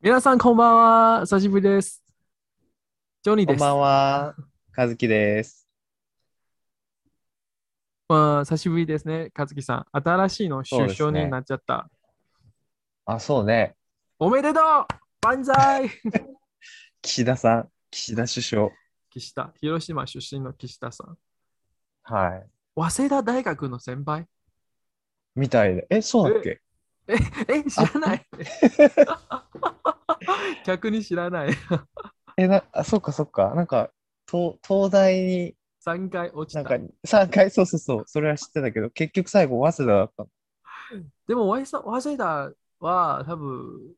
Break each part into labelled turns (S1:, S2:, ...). S1: 皆さん、こんばんは。久しぶりです。ジョニー
S2: こ
S1: で
S2: ん
S1: す。
S2: ばんは、和樹です。
S1: うん久しぶりですね、和樹さん。新しいの
S2: そう
S1: 出
S2: です
S1: 生
S2: ね
S1: になっちゃった。
S2: あ、そうね。
S1: おめでとう万歳
S2: 岸田さん、岸田首相。
S1: 岸田、広島出身の岸田さん。
S2: はい。
S1: 早稲田大学の先輩
S2: みたいで。え、そうだっけ
S1: え、知らない 逆に知らない。
S2: え、な、あ、そっかそっか。なんか、東東大に、
S1: 3回落ち
S2: なん
S1: た
S2: か。、3回、そうそうそう、それは知ってたけど、結局最後、早稲田だったの。
S1: でも、早稲田早稲田は多分、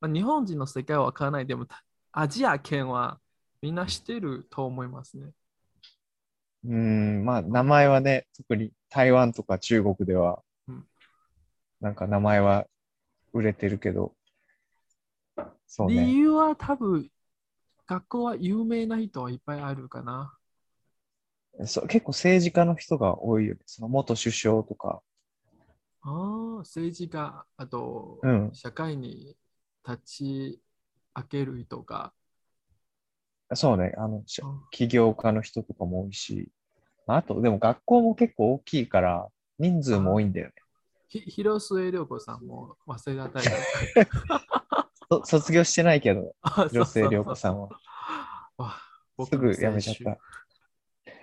S1: まあ、日本人の世界はわからない。でも、アジア圏はみんな知ってると思いますね。
S2: うーん、まあ、名前はね、特に台湾とか中国では
S1: うん、
S2: なんか名前は売れてるけど、そう
S1: 理
S2: ね。
S1: 由は多分、学校は有名な人はいっぱいあるかな。
S2: そう結構政治家の人が多いよね。その元首相とか。
S1: ああ、政治家、あと、
S2: うん
S1: 社会に立ち上げる人が。
S2: そうね、あの、し
S1: うん
S2: 起業家の人とかも多いし、まああと、でも学校も結構大きいから、人数も多いんだよね。
S1: ひ広末涼子さんも早稲田大 学。
S2: そ卒業してないけど、
S1: あ
S2: 広末涼子
S1: ん。
S2: さんは。
S1: わ
S2: すぐ辞めちゃっ。
S1: 僕の青春
S2: た。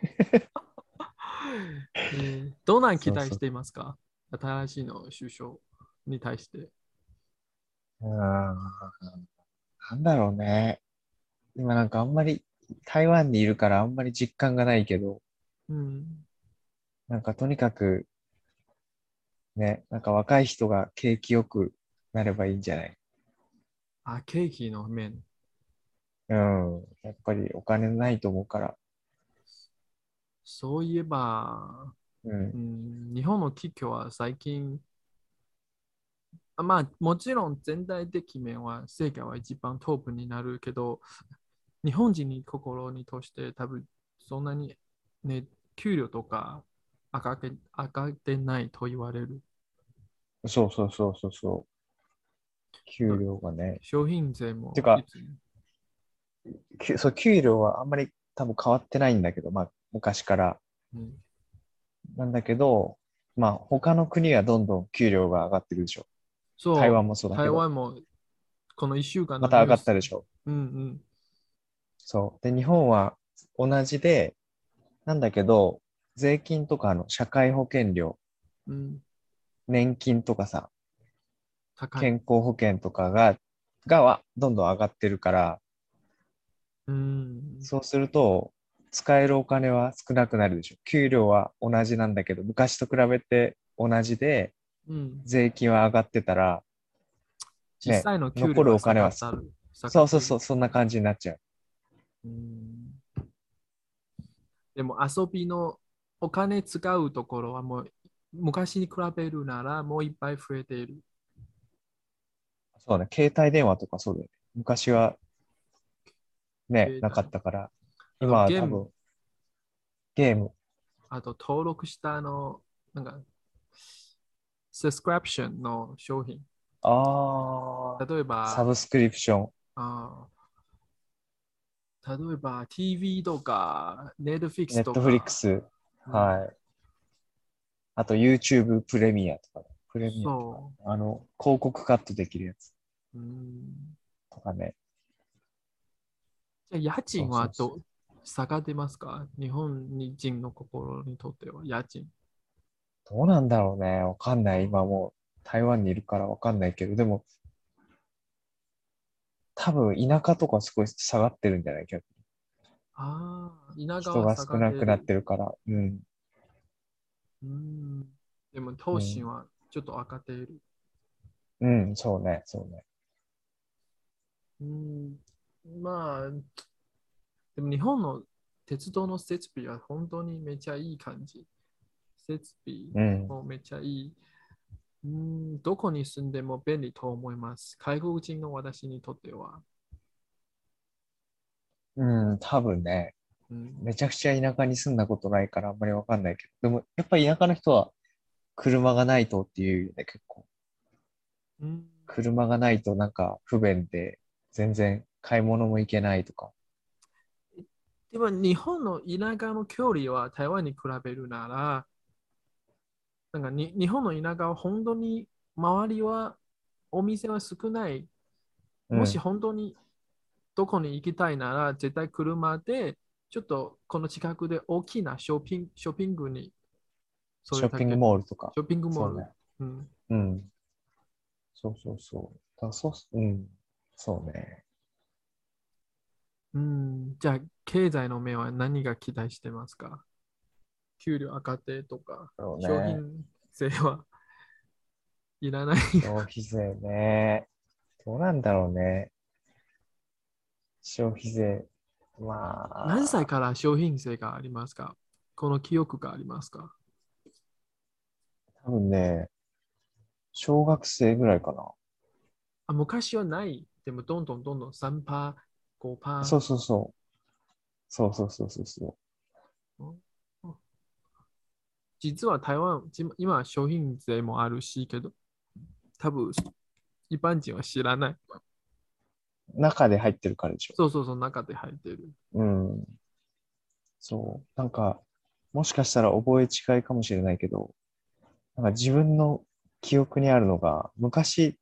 S1: えーどんなん期待していますか新しいの首相に対して。
S2: うーん。なんだろうね。今なんかあんまり、台湾にいるからあんまり実感がないけど、
S1: うん。
S2: なんかとにかく、ね、なんか若い人が景気よくなればいいんじゃない
S1: あ、ケーキの面。
S2: うん。やっぱりお金ないと思うから。
S1: そういえば、
S2: うん
S1: う。ん日本の企業は最近、あまあもちろん全体的面は成果は一番トップになるけど、日本人に心にとして多分そんなに、ね、給料とか上がって上がってないと言われる。
S2: そうそうそうそうそう。給料がね、
S1: 商品税も
S2: てか
S1: いつも
S2: きそう給料はあんまり多分変わってないんだけど、まあ、昔から。
S1: うん
S2: なんだけど、まあ、他の国はどんどん給料が上がってるでしょ。
S1: そう
S2: 台湾もそうだけ
S1: 台
S2: ど、
S1: 湾もこの1週間の
S2: また上がった
S1: ニュー
S2: で
S1: ス
S2: しょ。
S1: うんうん。
S2: そう。で、日本は同じで、なんだけど、税金とかの社会保険料、
S1: うん、
S2: 年金とかさ、
S1: 高い。
S2: 健康保険とかが、がはどんどん上がってるから、
S1: うん、
S2: そうすると、使えるお金は少なくなるでしょ。給料は同じなんだけど、昔と比べて同じで、
S1: うん。
S2: 税金は上がってたら、ね
S1: 実際の給料
S2: 残るお金は
S1: 下がる
S2: そうそうそう、そんな感じになっちゃう。
S1: うんでも遊びのお金使うところはもう昔に比べるならもういっぱい増えている。
S2: そうね、携帯電話とかそうだよね。昔は
S1: 携
S2: ね、
S1: 帯
S2: なかったから、
S1: あの
S2: 今は
S1: ゲー
S2: 多
S1: ム
S2: 分、ゲーム、
S1: あと登録したあの、なんか、サスクリプションの商品。
S2: あ
S1: 例え
S2: あ、サ
S1: ば、
S2: ブスクリプション、
S1: あー例えば TV とか、Netflix
S2: ネ
S1: とか。
S2: ットフリックス、
S1: うん
S2: はい。あと YouTube プレミアとか、プレミアと
S1: そ
S2: か、あの、広告カットできるやつ
S1: う。うん
S2: とかね。
S1: じゃあ家賃は
S2: そうそ
S1: ど下がってますか日本人の心にとっては家賃。
S2: どうなんだろうね。わかんない。今もう台湾にいるからわかんないけど、でも、多分田舎とかすごい下がってるんじゃない逆に
S1: ああ、稲
S2: 人
S1: 川
S2: が
S1: 下
S2: 少なくなってるから。うん。
S1: うん。でも、東進はちょっと上がっている。
S2: うん、そうね、そうね。
S1: うん。まあ、でも日本の鉄道の設備は本当にめちゃいい感じ。設
S2: う
S1: 備
S2: ん。
S1: もめちゃいい。うん、どこに住んでも便利と思います。外国人の私にとっては。
S2: うん、多分ね、
S1: うん、
S2: めちゃくちゃ田舎に住んだことないからあんまりわかんないけど、でもやっぱり田舎の人は車がないとっていうよね、結構。
S1: うん
S2: 車がないとなんか不便で、全然買い物も行けないとか。
S1: でも日本の田舎の距離は台湾に比べるなら、なんかに日本の田舎は本当に周りはお店は少ない。
S2: うん
S1: もし本当にどこに行きたいなら、絶対車でちょっとこの近くで大きなショッピングショッピングにそ
S2: シ
S1: れ
S2: ョ
S1: だ
S2: ッ
S1: け
S2: ピングモールとか。
S1: ショッピングモー
S2: そう
S1: ル。
S2: ね。
S1: うん
S2: うん。そうそうそう。だからそうす、うん。そうね。
S1: うん、じゃあ、経済の面は何が期待してますか給料上がってとか、
S2: そうね。
S1: 商品税はいらない。
S2: 消費税ね。どうなんだろうね。消費税。まあ。
S1: 何歳から商品税がありますかこの記憶がありますか
S2: 多分ね、小学生ぐらいか
S1: あ昔はない。でも、どんどんどんどん3パー、5パ
S2: な。
S1: ー。
S2: そうそうそう。そうそうそうそうそ
S1: 実は台湾、じ今商品税もあるし、けど、多分、一般人は知らない。
S2: う。中で入ってるからでしょ。
S1: そうそうそう、中で入ってる。
S2: うん。そう。なんか、もしかしたら覚え違いかもしれないけど、なんか自分の記憶にあるのが、昔、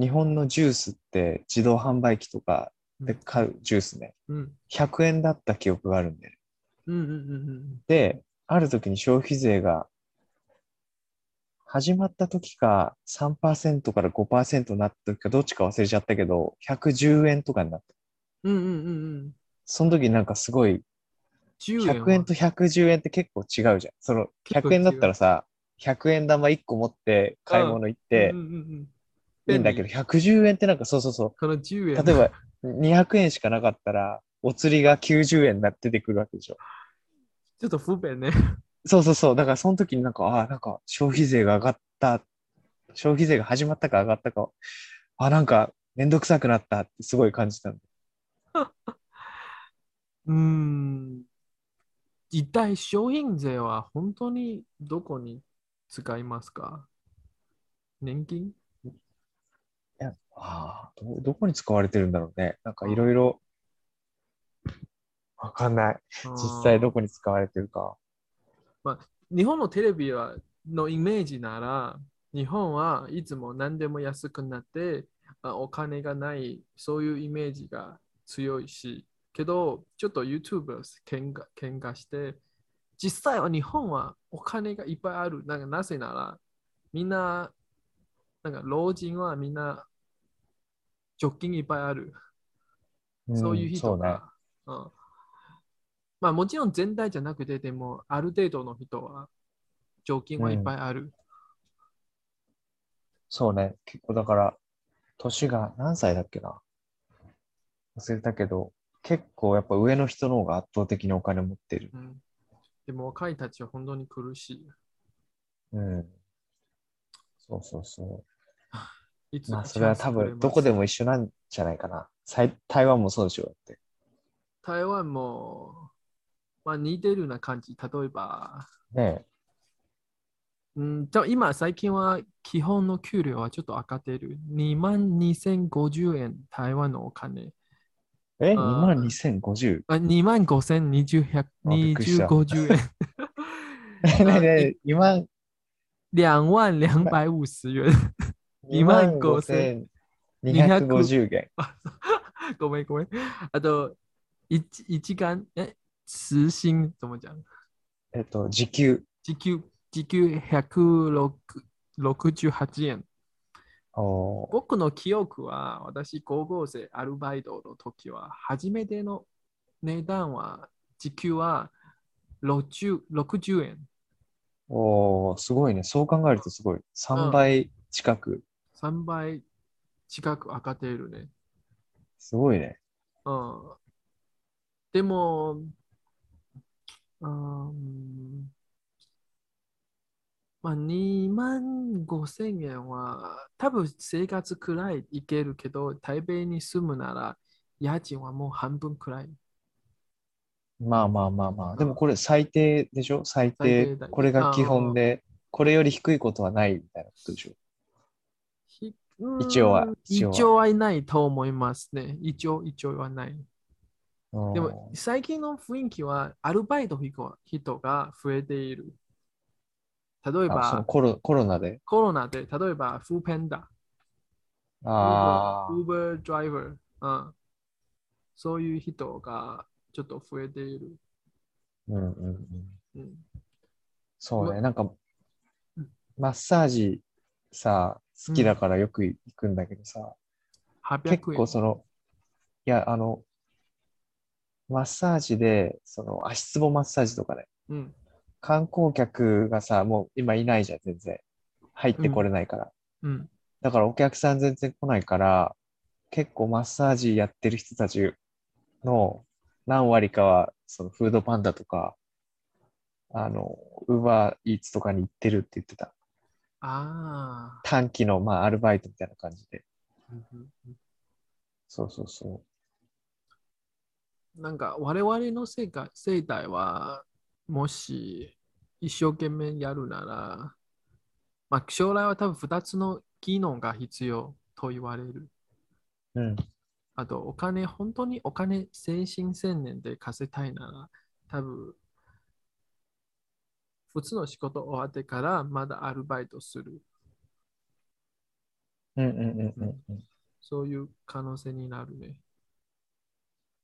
S2: 日本のジュースって自動販売機とかで買うジュースね。
S1: うん。
S2: 100円だった記憶があるんだよね。
S1: うんうんうんうん。
S2: で、ある時に消費税が始まった時か3%から5%になった時かどっちか忘れちゃったけど、110円とかになった。
S1: うんうんうんうん。
S2: その時なんかすごい、
S1: 10円は
S2: 100円と110円って結構違うじゃん。その
S1: 結構違う
S2: 100円だったらさ、100円玉1個持って買い物行って
S1: うん、うんうんうん、
S2: いいんだけど、110円ってなんかそうそうそ
S1: この10
S2: う。
S1: 円。
S2: 例えば200円しかなかったら、お釣りが90円になって出てくるわけでしょ。
S1: ちょっと不便ね。
S2: そうそうそう。だからその時になんか、ああ、なんか消費税が上がった、消費税が始まったか上がったか、あなんかめんどくさくなったってすごい感じたの。
S1: うーん。一体商品税は本当にどこに使いますか年金
S2: ああ、ど、どこに使われてるんだろうね。なんかいろいろ、わかんない。実際ど
S1: こ
S2: こに使われてるか。
S1: 日本のテレビはのイメージなら、日本はいつも何でも安くなって、あお金がない、そういうイメージが強いし、けど、ちょっと YouTube 喧嘩喧嘩して、実際は日本はお金がいっぱいある。なんかなぜなら、みんな、なんか老人はみんな、貯金いっぱいある。
S2: ん
S1: そういう人
S2: そうね。
S1: が。うんまあもちろん全体じゃなくて、でもある程度の人は、貯金はいっぱいある。
S2: そうね。結構だから、年が何歳だっけな。忘れたけど、結構やっぱ上の人の方が圧倒的にお金持ってる。
S1: うんでも若いたちは本当に苦し
S2: うん。そうそうそう。
S1: い。いつ
S2: まあ、それは多分、どこで
S1: も。
S2: も一緒なんじゃないかな。最台湾もそうでしょ、だって。
S1: 台湾も、まあ、似てるような感じ。例えば、
S2: ねえ
S1: うん、じゃあ今最近は基本の給料はちょっと上がってる。2万2050円、台湾のお金。
S2: え、2
S1: あー
S2: 万2050。
S1: あ2万5020
S2: びっくりした
S1: 50円。
S2: え、なになに2万、
S1: 两万两百五十元。
S2: 2
S1: 2
S2: 万
S1: 万
S2: 5250
S1: 5250
S2: 元。
S1: ごめんごめん。あと、一一間、え、時薪怎么讲
S2: えっと、時給。
S1: 時給、時給168円。
S2: おー
S1: 僕の記憶は、私、高校生アルバイトの時は、初めての値段は、時給は60 60円。
S2: おーすごいね。そう考えるとすごい。3倍近く。
S1: 3倍近く上がっているね。
S2: すごいね。
S1: うんでも、うん、まあ、2万5千円は多分生活くらいいけるけど、台北に住むなら家賃はもう半分くらい。
S2: まあまあまあまあ。でもこれ最低でしょ最
S1: 最
S2: 低
S1: 低だ。よ
S2: これが基本で、これより低いことはないみたいなことでしょ
S1: 低
S2: 一応は
S1: うーん
S2: 一
S1: 一
S2: 応
S1: 応
S2: は
S1: はいないと思いますね。一応、一応はない。でも、最近の雰囲気は、アルバイト人が増えている。例え
S2: あその
S1: ば、
S2: コロコロナで。
S1: コロナで、例えば、フーペンダ、
S2: あ
S1: ウーバードライバー、うん、そういう人がちょっと増えている。
S2: あ、うんうんう
S1: う
S2: ん。
S1: ん、
S2: そうね、
S1: う
S2: なんか
S1: うん、
S2: マッサージさ、好きだからよく行くんだけどさ、結
S1: 800
S2: 構
S1: 円。
S2: その、いや、あの、マッサージで、その足つぼマッサージとかね、
S1: うん、
S2: 観光客がさ、もう今いないじゃん、全然。入ってこれないから。
S1: うん、
S2: だからお客さん全然来ないから、結構マッサージやってる人たちの何割かは、そのフードパンダとか、あの、ウーバーイーツとかに行ってるって言ってた。
S1: ああ、
S2: 短期の、まあ、アルバイトみたいな感じで。
S1: うんうんうん
S2: そうそうそ
S1: なんか我々の世界世代はもし一生懸命やるなら、まあ、将来は多分2つの技能が必要と言われる。
S2: う。うん。
S1: あとお金、本当にお金、精神専念で稼ぎたいなら、多分普通の仕事終わってからまだアルバイトする。
S2: うんうんうんうんうん。
S1: そういう可能性になるね。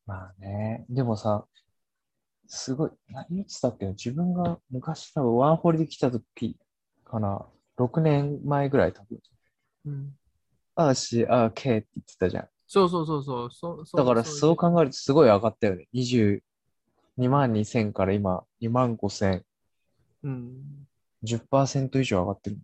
S2: まあね、でもさ、すごい、何言ってたっけな自分が昔多分ワンホリで来た時かな、6年前ぐらい多分、
S1: うん、
S2: あーし、あーけーって言ってたじゃん。
S1: そうそうそうそうそ。そ
S2: だからそう
S1: いう
S2: 考えるとすごい上がったよね。22万2000から今2万5000、
S1: うん
S2: 10%以上上がってる。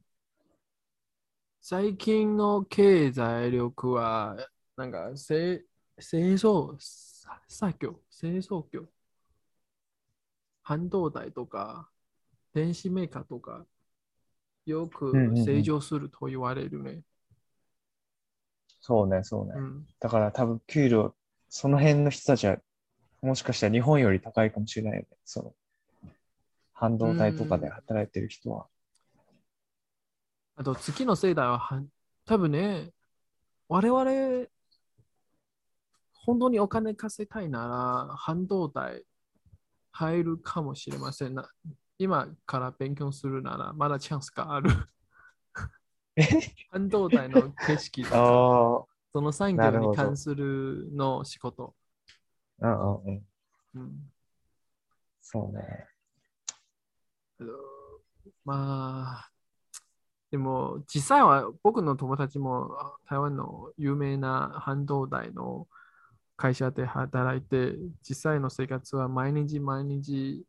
S1: 最近の経済力は、なんか製製造さ作業、製造業、半導体とか、電子メーカーとか、よく
S2: うんうんうん
S1: 成長すると言われるね。
S2: そうね、そう
S1: う
S2: ね。
S1: ん、
S2: だから多分給料、その辺の人たちは、もしかしたら日本より高いかもしれないよね。その、半導体とかで働いてる人は。
S1: あと、次の世代はは、多分ね、我々、本当にお金稼ぎたいなら、半導体入るかもしれませんな。今から勉強するなら、まだチャンスがある。半導体の景色とか、
S2: ああ。
S1: その産
S2: な
S1: 業
S2: るほど
S1: に関するの仕事。
S2: うんうんうん。
S1: うん
S2: そうね。
S1: あのまあ、でも実際は僕の友達もあ台湾の有名な半導体の会社で働いて、実際の生活は毎日毎日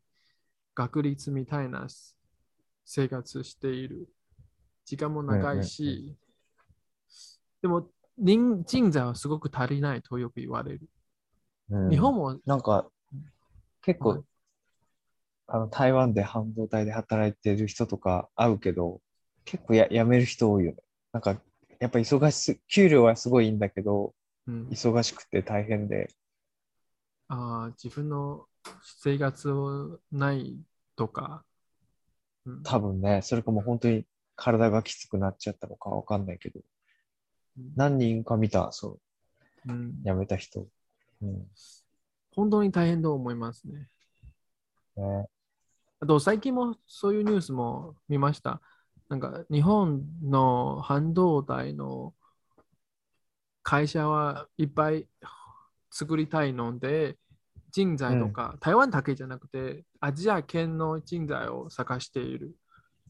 S1: 学率みたいな生活している。時間も長いし、でも人人材はすごく足りないとよく言われる。
S2: うん
S1: 日本も、
S2: なんか、結
S1: は
S2: 構
S1: い、
S2: あの、台湾で半導体で働いてる人とか会うけど、結構や辞める人多いよね。なんか、やっぱ忙しす、給料はすごいいいんだけど、
S1: うん
S2: 忙しくて大変で、
S1: あー自分の生活をないとか、うん
S2: 多分ね、それかもう本当に体がきつくなっちゃったのかわかんないけど、何人か見た、そ
S1: う
S2: う、
S1: ん、
S2: 辞めた人。うん。
S1: 本当に大変と思いますね。
S2: ね、
S1: あと、最近もそういうニュースも見ました。なんか、日本の半導体の会社はいっぱい作りたいので、人材とか、台湾だけじゃなくて、アジア圏の人材を探している。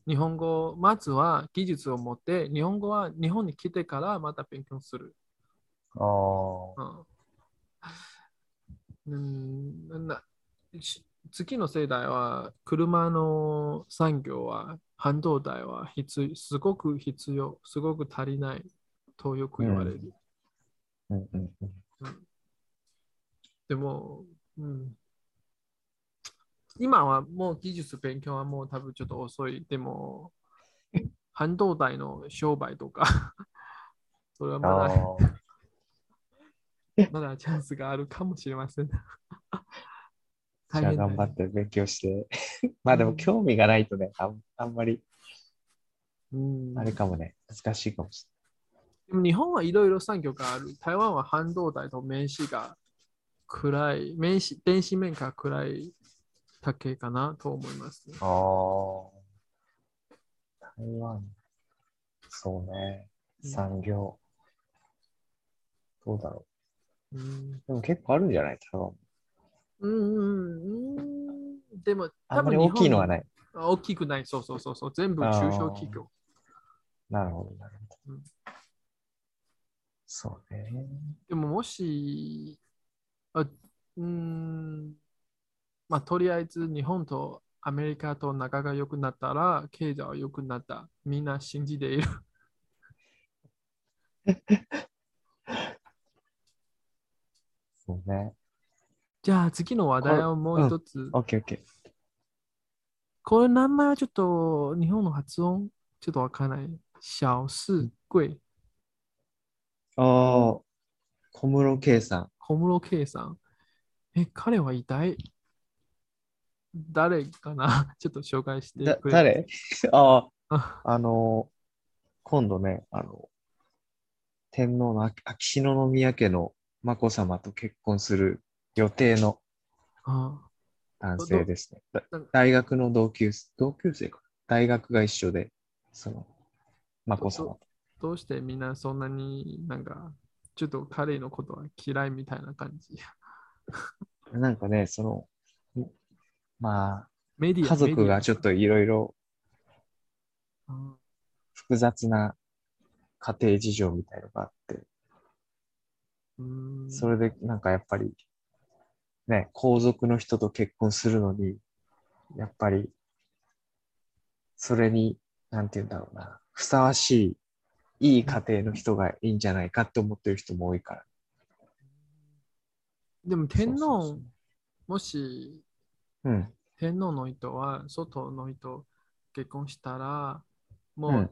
S1: 日本語、まずは技術を持って、日本語は日本に来てからまた勉強する。
S2: ああ。
S1: うん、なんだし次の世代は車の産業は半導体は必要すごく必要すごく足りないとよく言われる、
S2: うんうんうん。
S1: でも、うん、今はもう技術勉強はもう多分ちょっと遅いでも半導体の商売とかそれはま
S2: あ
S1: だ
S2: あ。
S1: まだチャンスがあるかもしれません
S2: じ
S1: 大
S2: ゃあ
S1: 変だよ
S2: 頑張って勉強して。 まあで
S1: う
S2: も
S1: ん
S2: 興味がないとね、あんあんまり、
S1: うん
S2: あれかもね、難しいかもし
S1: でも日本はいろいろ産業がある。台湾は半導体と面子が暗い、面子電子面が暗いだけかなと思います、ね。
S2: ああ。台湾。そうね。
S1: うん
S2: 産業。どうだろ
S1: うん
S2: う。でも結構あるんじゃない台湾。
S1: うんうんうん、でも、
S2: あんまり大きいのは
S1: ない。
S2: ない。
S1: 大きくない。そうそうそうそう。全部中小企業。
S2: なるほど、なるほど。
S1: うん
S2: そうね。
S1: でももし、あうーん、まあ、とりあえず日本とアメリカと仲が良くなったら、経済は良くなった。みんな信じている。
S2: そうね。
S1: じゃあ次の話題をもう一つ。
S2: オッケーオッケー。
S1: これ名前はちょっと日本の発音、ちょっとわからない。小四贵、
S2: ああ、小室圭さん。
S1: 小室圭さん。え、彼は一体誰かな ちょっと紹介して
S2: だ
S1: くれ。
S2: 誰 あ
S1: あ
S2: あ、あの、今度ね、あの、天皇の秋秋篠宮家の眞子さまと結婚する予定の
S1: あ
S2: 男性ですね。だ
S1: どど
S2: 大学の同級生、同級生か。大学が一緒で、その、眞子さまと。
S1: どうしてみんなそんなになんか、ちょっと彼のことは嫌いみたいな感じ。
S2: なんかね、その、んまあ、
S1: メディア
S2: 家族がちょっ
S1: と。
S2: といろいろ
S1: うん
S2: 複雑な家庭事情みたいのがあって、
S1: うん
S2: それでなんかやっぱり、ね、皇族の人と結婚するのに、やっぱり、それに、なんて言うんだろうな、ふさわしい、いい家庭の人がいいんじゃないかって思ってる人も多いから。
S1: でも天皇、
S2: そうそうそう
S1: もし
S2: うん。
S1: 天皇の人は外の人結婚したらも
S2: う、
S1: うん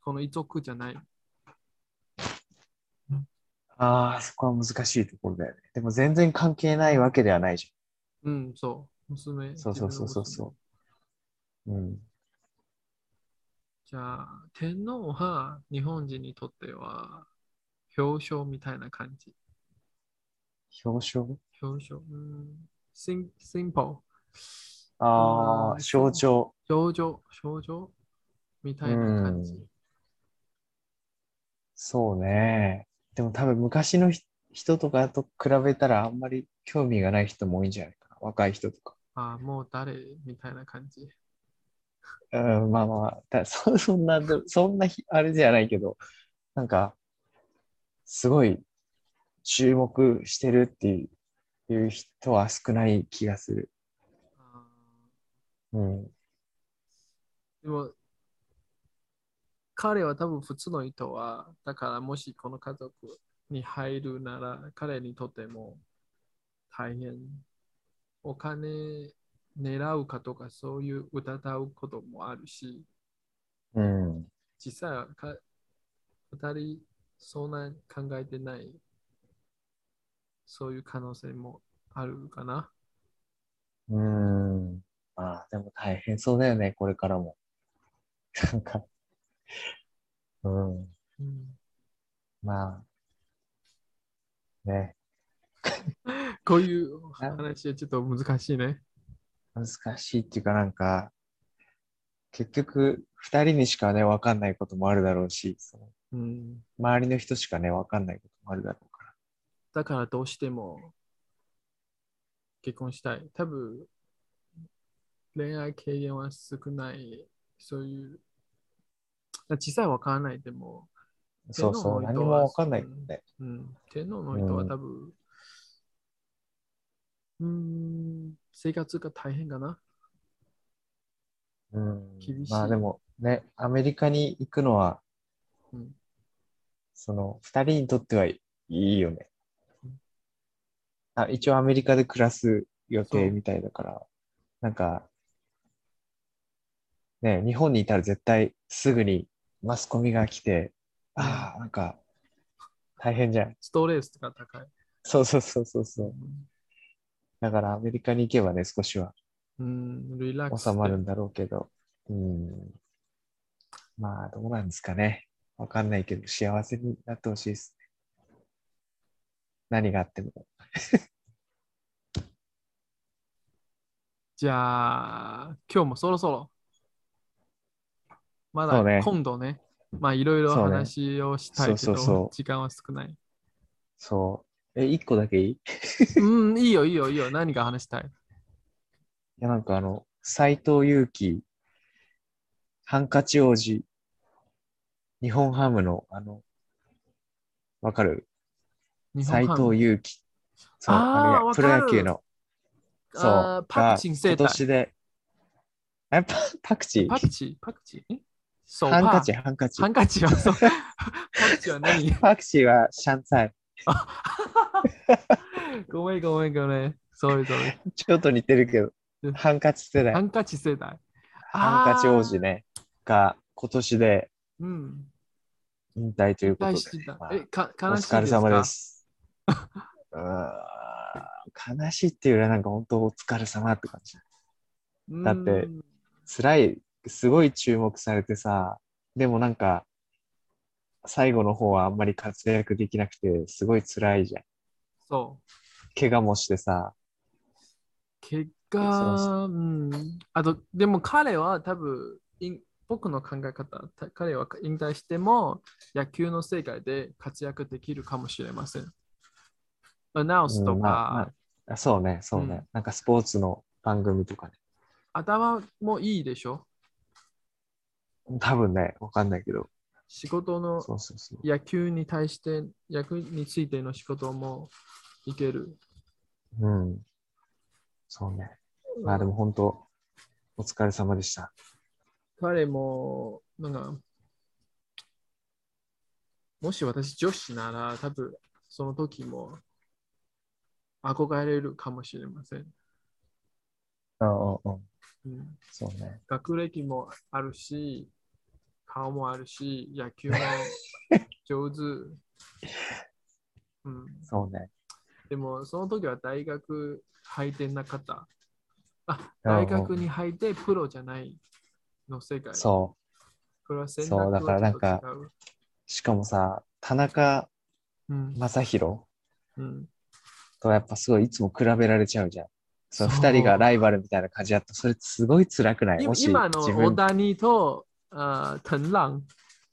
S1: この遺族じゃない、
S2: ああ、そこは難しいところだよね。でも全然関係ないわけではないじ
S1: うん、そう娘
S2: そうそうそうそ
S1: 自分の娘
S2: うゃん。うん。
S1: じゃあ天皇は日本人にとっては表彰みたいな感じ
S2: 表彰
S1: 表彰うんシンシンポ
S2: あ
S1: あー
S2: あ、象徴。
S1: 表情表情みたいな感じ、
S2: うんそうね。でも多分昔のひ人とかと比べたらあんまり興味がない人も多いんじゃないかな。若い人とか。
S1: ああもう誰みたいな感じ
S2: うん、まあまあ、だそ そんな、どそんなひあれじゃないけど、なんか、すごい注目してるっていういう人は少ない気がする。
S1: あー
S2: うん。
S1: でも、彼は多分普通の人は、だからもしこの家族に入るなら、彼にとっても大変。お金狙うかとか、そういう疑うこともあるし、
S2: うん。
S1: 実際はか2人そんな考えてない、そういう可能性もあるかな。
S2: うん。まあ、でも大変そうだよね、これからも。なんか、うん。
S1: うん
S2: まあ、ね、
S1: こういう話はちょっと難しいね。
S2: 難しいっていうかなんか、結局、二人にしかね、わかんないこともあるだろうし、その
S1: うん
S2: 周りの人しかね、わかんないこともあるだろうか
S1: だからどうしても結婚したい。多分恋愛経験は少ない、そういう。小さいわからないでも、
S2: ら。そうそう、
S1: でも
S2: 何もわかんないもんね。
S1: うん、天皇の人は多分、うん、ん、生活が大変かな。
S2: うん
S1: 厳しい
S2: まあでもね、アメリカに行くのは、
S1: うん
S2: その、二人にとってはいいよね
S1: うん。
S2: あ一応アメリカで暮らす予
S1: そう
S2: 定みたいだから、なんか、ね、日本にいたら絶対すぐにマスコミが来て、
S1: うん
S2: ああ、なんか、大変じゃん。
S1: ストレスが高い。
S2: そうそうそうそうそう。だからアメリカに行けばね、少しは
S1: うん、リラックス。
S2: 収まるんだろうけど、うん。まあ、どうなんですかね。わかんないけど、幸せになってほしいですね。何があっても。
S1: じゃあ、今日もそろそろ。ま
S2: そ
S1: だ
S2: うね
S1: 今度ね、まあいろいろ
S2: そうね
S1: 話をしたいけ
S2: そ
S1: ど、
S2: うそうそう
S1: 時間は少ない。
S2: そう。え、一個だけいいい
S1: うん、いいよいいよいいよ。何が話したい
S2: や、なんかあの、斎藤佑樹、ハンカチ王子、日本ハムの、あの、わかる
S1: 日
S2: 斎
S1: 本ハム
S2: 藤佑樹。そう、
S1: あー
S2: あれ
S1: わ
S2: プ
S1: かる
S2: ロ野球の。そう
S1: あー。パクチン生
S2: 今
S1: 態。
S2: 年で。え、パパクチー
S1: パクチーパクチーえそう
S2: ハンカ
S1: パ
S2: チ、ハンカチ
S1: ハ。ンカチはそう。パクチーは何
S2: パクチーはシャンツァイ。
S1: ごめんごめんごめん。そうそう。
S2: ちょっと似てるけど
S1: うん、
S2: ハンカチ世代
S1: ハ。ンカチ世代。あー
S2: ハンカチ王子ね、が今年で
S1: うん。
S2: 引退ということ
S1: 大
S2: で
S1: 好きだ
S2: ま。あ
S1: え、か
S2: お
S1: 悲しいですか
S2: 疲れ様で。 す。うーん悲しいっていうよりはなんか本当お疲れ様って感じ。だって
S1: うん
S2: 辛い、すごい注目されてさ、でもなんか最後の方はあんまり活躍できなくてすごい辛いじゃん。
S1: そう。
S2: 怪我もしてさ、
S1: 結
S2: そう
S1: 果、
S2: そ
S1: うん。あと、でも彼は多分、いん僕の考え方、た彼は引退しても野球の世界で活躍できるかもしれません。アナウンスと
S2: うんまあ
S1: か、
S2: あそうね、そうね、
S1: うん
S2: なんかスポーツの番組とかね。
S1: 頭もいいでしょ
S2: 多分ね、わかんないけど。
S1: 仕事の
S2: そうそうそう。
S1: 野球に対して、野球についての仕事もいける。
S2: うん。そうね。まあでも本当、お疲れ様でした。
S1: 彼も、なんか、もし私女子なら、多分その時も憧れるかもしれません。
S2: うんうんうん。
S1: うん、
S2: そうね。
S1: 学歴もあるし、顔もあるし、野球も上手。うん、
S2: そうね。
S1: でも、その時は大学入ってなかった。あ、
S2: うん
S1: 大
S2: うん
S1: 学に入ってプロじゃないの世界。う。
S2: そ
S1: これは選択
S2: そうだからなんか
S1: はちょっと違う
S2: う。しかもさ、田中
S1: うん。
S2: 将大
S1: うん
S2: とやっぱすごいいつも比べられちゃうじゃん。そう、
S1: そう
S2: 二人がライバルみたいな感じだった。それすごい辛くない
S1: い
S2: もし
S1: 今の
S2: 自
S1: 大
S2: 分。
S1: 谷と、あー、藤浪、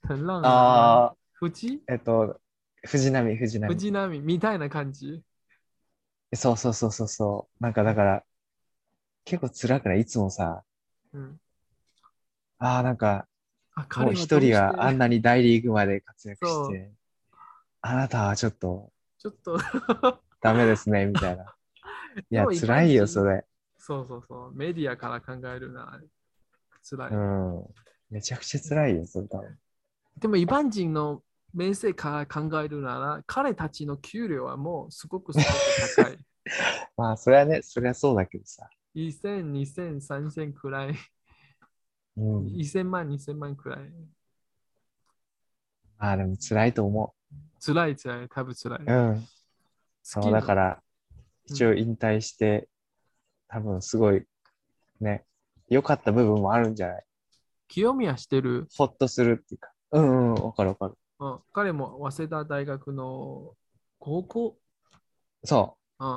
S1: 藤浪、
S2: ああ、
S1: 藤
S2: えっと、藤波、藤波。
S1: 藤浪みたいな感じ。
S2: そうそうそうそうそう。なんかだから、結構辛くないいつもさ、
S1: うん、
S2: ああ、なんか、
S1: あ
S2: もう
S1: はど
S2: 一
S1: して
S2: 人があんなに大リーグまで活躍
S1: そう
S2: して、あなたはちょっと
S1: ちょっと、
S2: ダメですね、みたいな。いや、
S1: でも意外
S2: 辛いよ、
S1: に
S2: それ。
S1: そうそうそう、メディアから考えるなら辛い。
S2: うん。めちゃくちゃ辛いよ、それ多分。
S1: でも、一般人の名声から考えるなら、彼たちの給料はもうすごくすごく 高い。
S2: まあ、それはね、それはそうだけどさ。
S1: 1000、2000、3000くらい。
S2: うん。
S1: 1000万、2000万くらい。
S2: まあ、でも辛いと思
S1: 辛い辛い、多分辛い。。
S2: う。うん。そう、だからら、一応引退して、多分すごい、ね、良かった部分もあるんじゃない
S1: 清宮してる
S2: ほっとするっていうか。うんうん、わかるわかる。
S1: うん、彼も早稲田大学の高校、
S2: そ
S1: うん、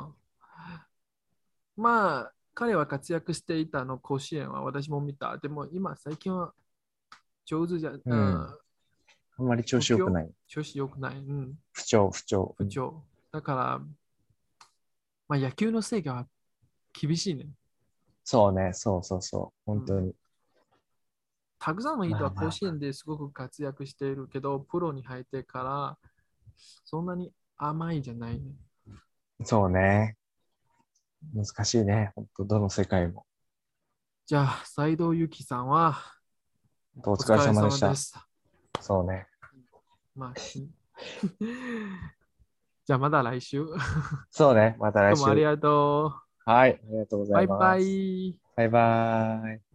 S1: まあ彼は活躍していたの甲子園は私も見たでも今最近は上手じゃ、う
S2: うん
S1: ん、
S2: う。あんまり調子良くない。
S1: 調子良くない、うん、
S2: 不調、不調。
S1: 不調だから、まあ、野球の制限は厳しいね
S2: そうね、そうそうそう。本当に。
S1: たくさんの人
S2: まあ
S1: は
S2: まあまあ
S1: 甲子園ですごく活躍しているけど、プロに入ってからそんなに甘いじゃないね
S2: そうね。難しいね。本当どの世界も。
S1: じゃあ斎藤由貴さんは
S2: お疲れ様でした。
S1: す
S2: そうね。
S1: まあ、 きじゃあまだ来週。
S2: そうね。また
S1: ど
S2: 来
S1: う
S2: 週。
S1: もありがと
S2: はい。ありがとうご
S1: う。
S2: ざ
S1: バイ
S2: います。
S1: バイ。
S2: バイバイ。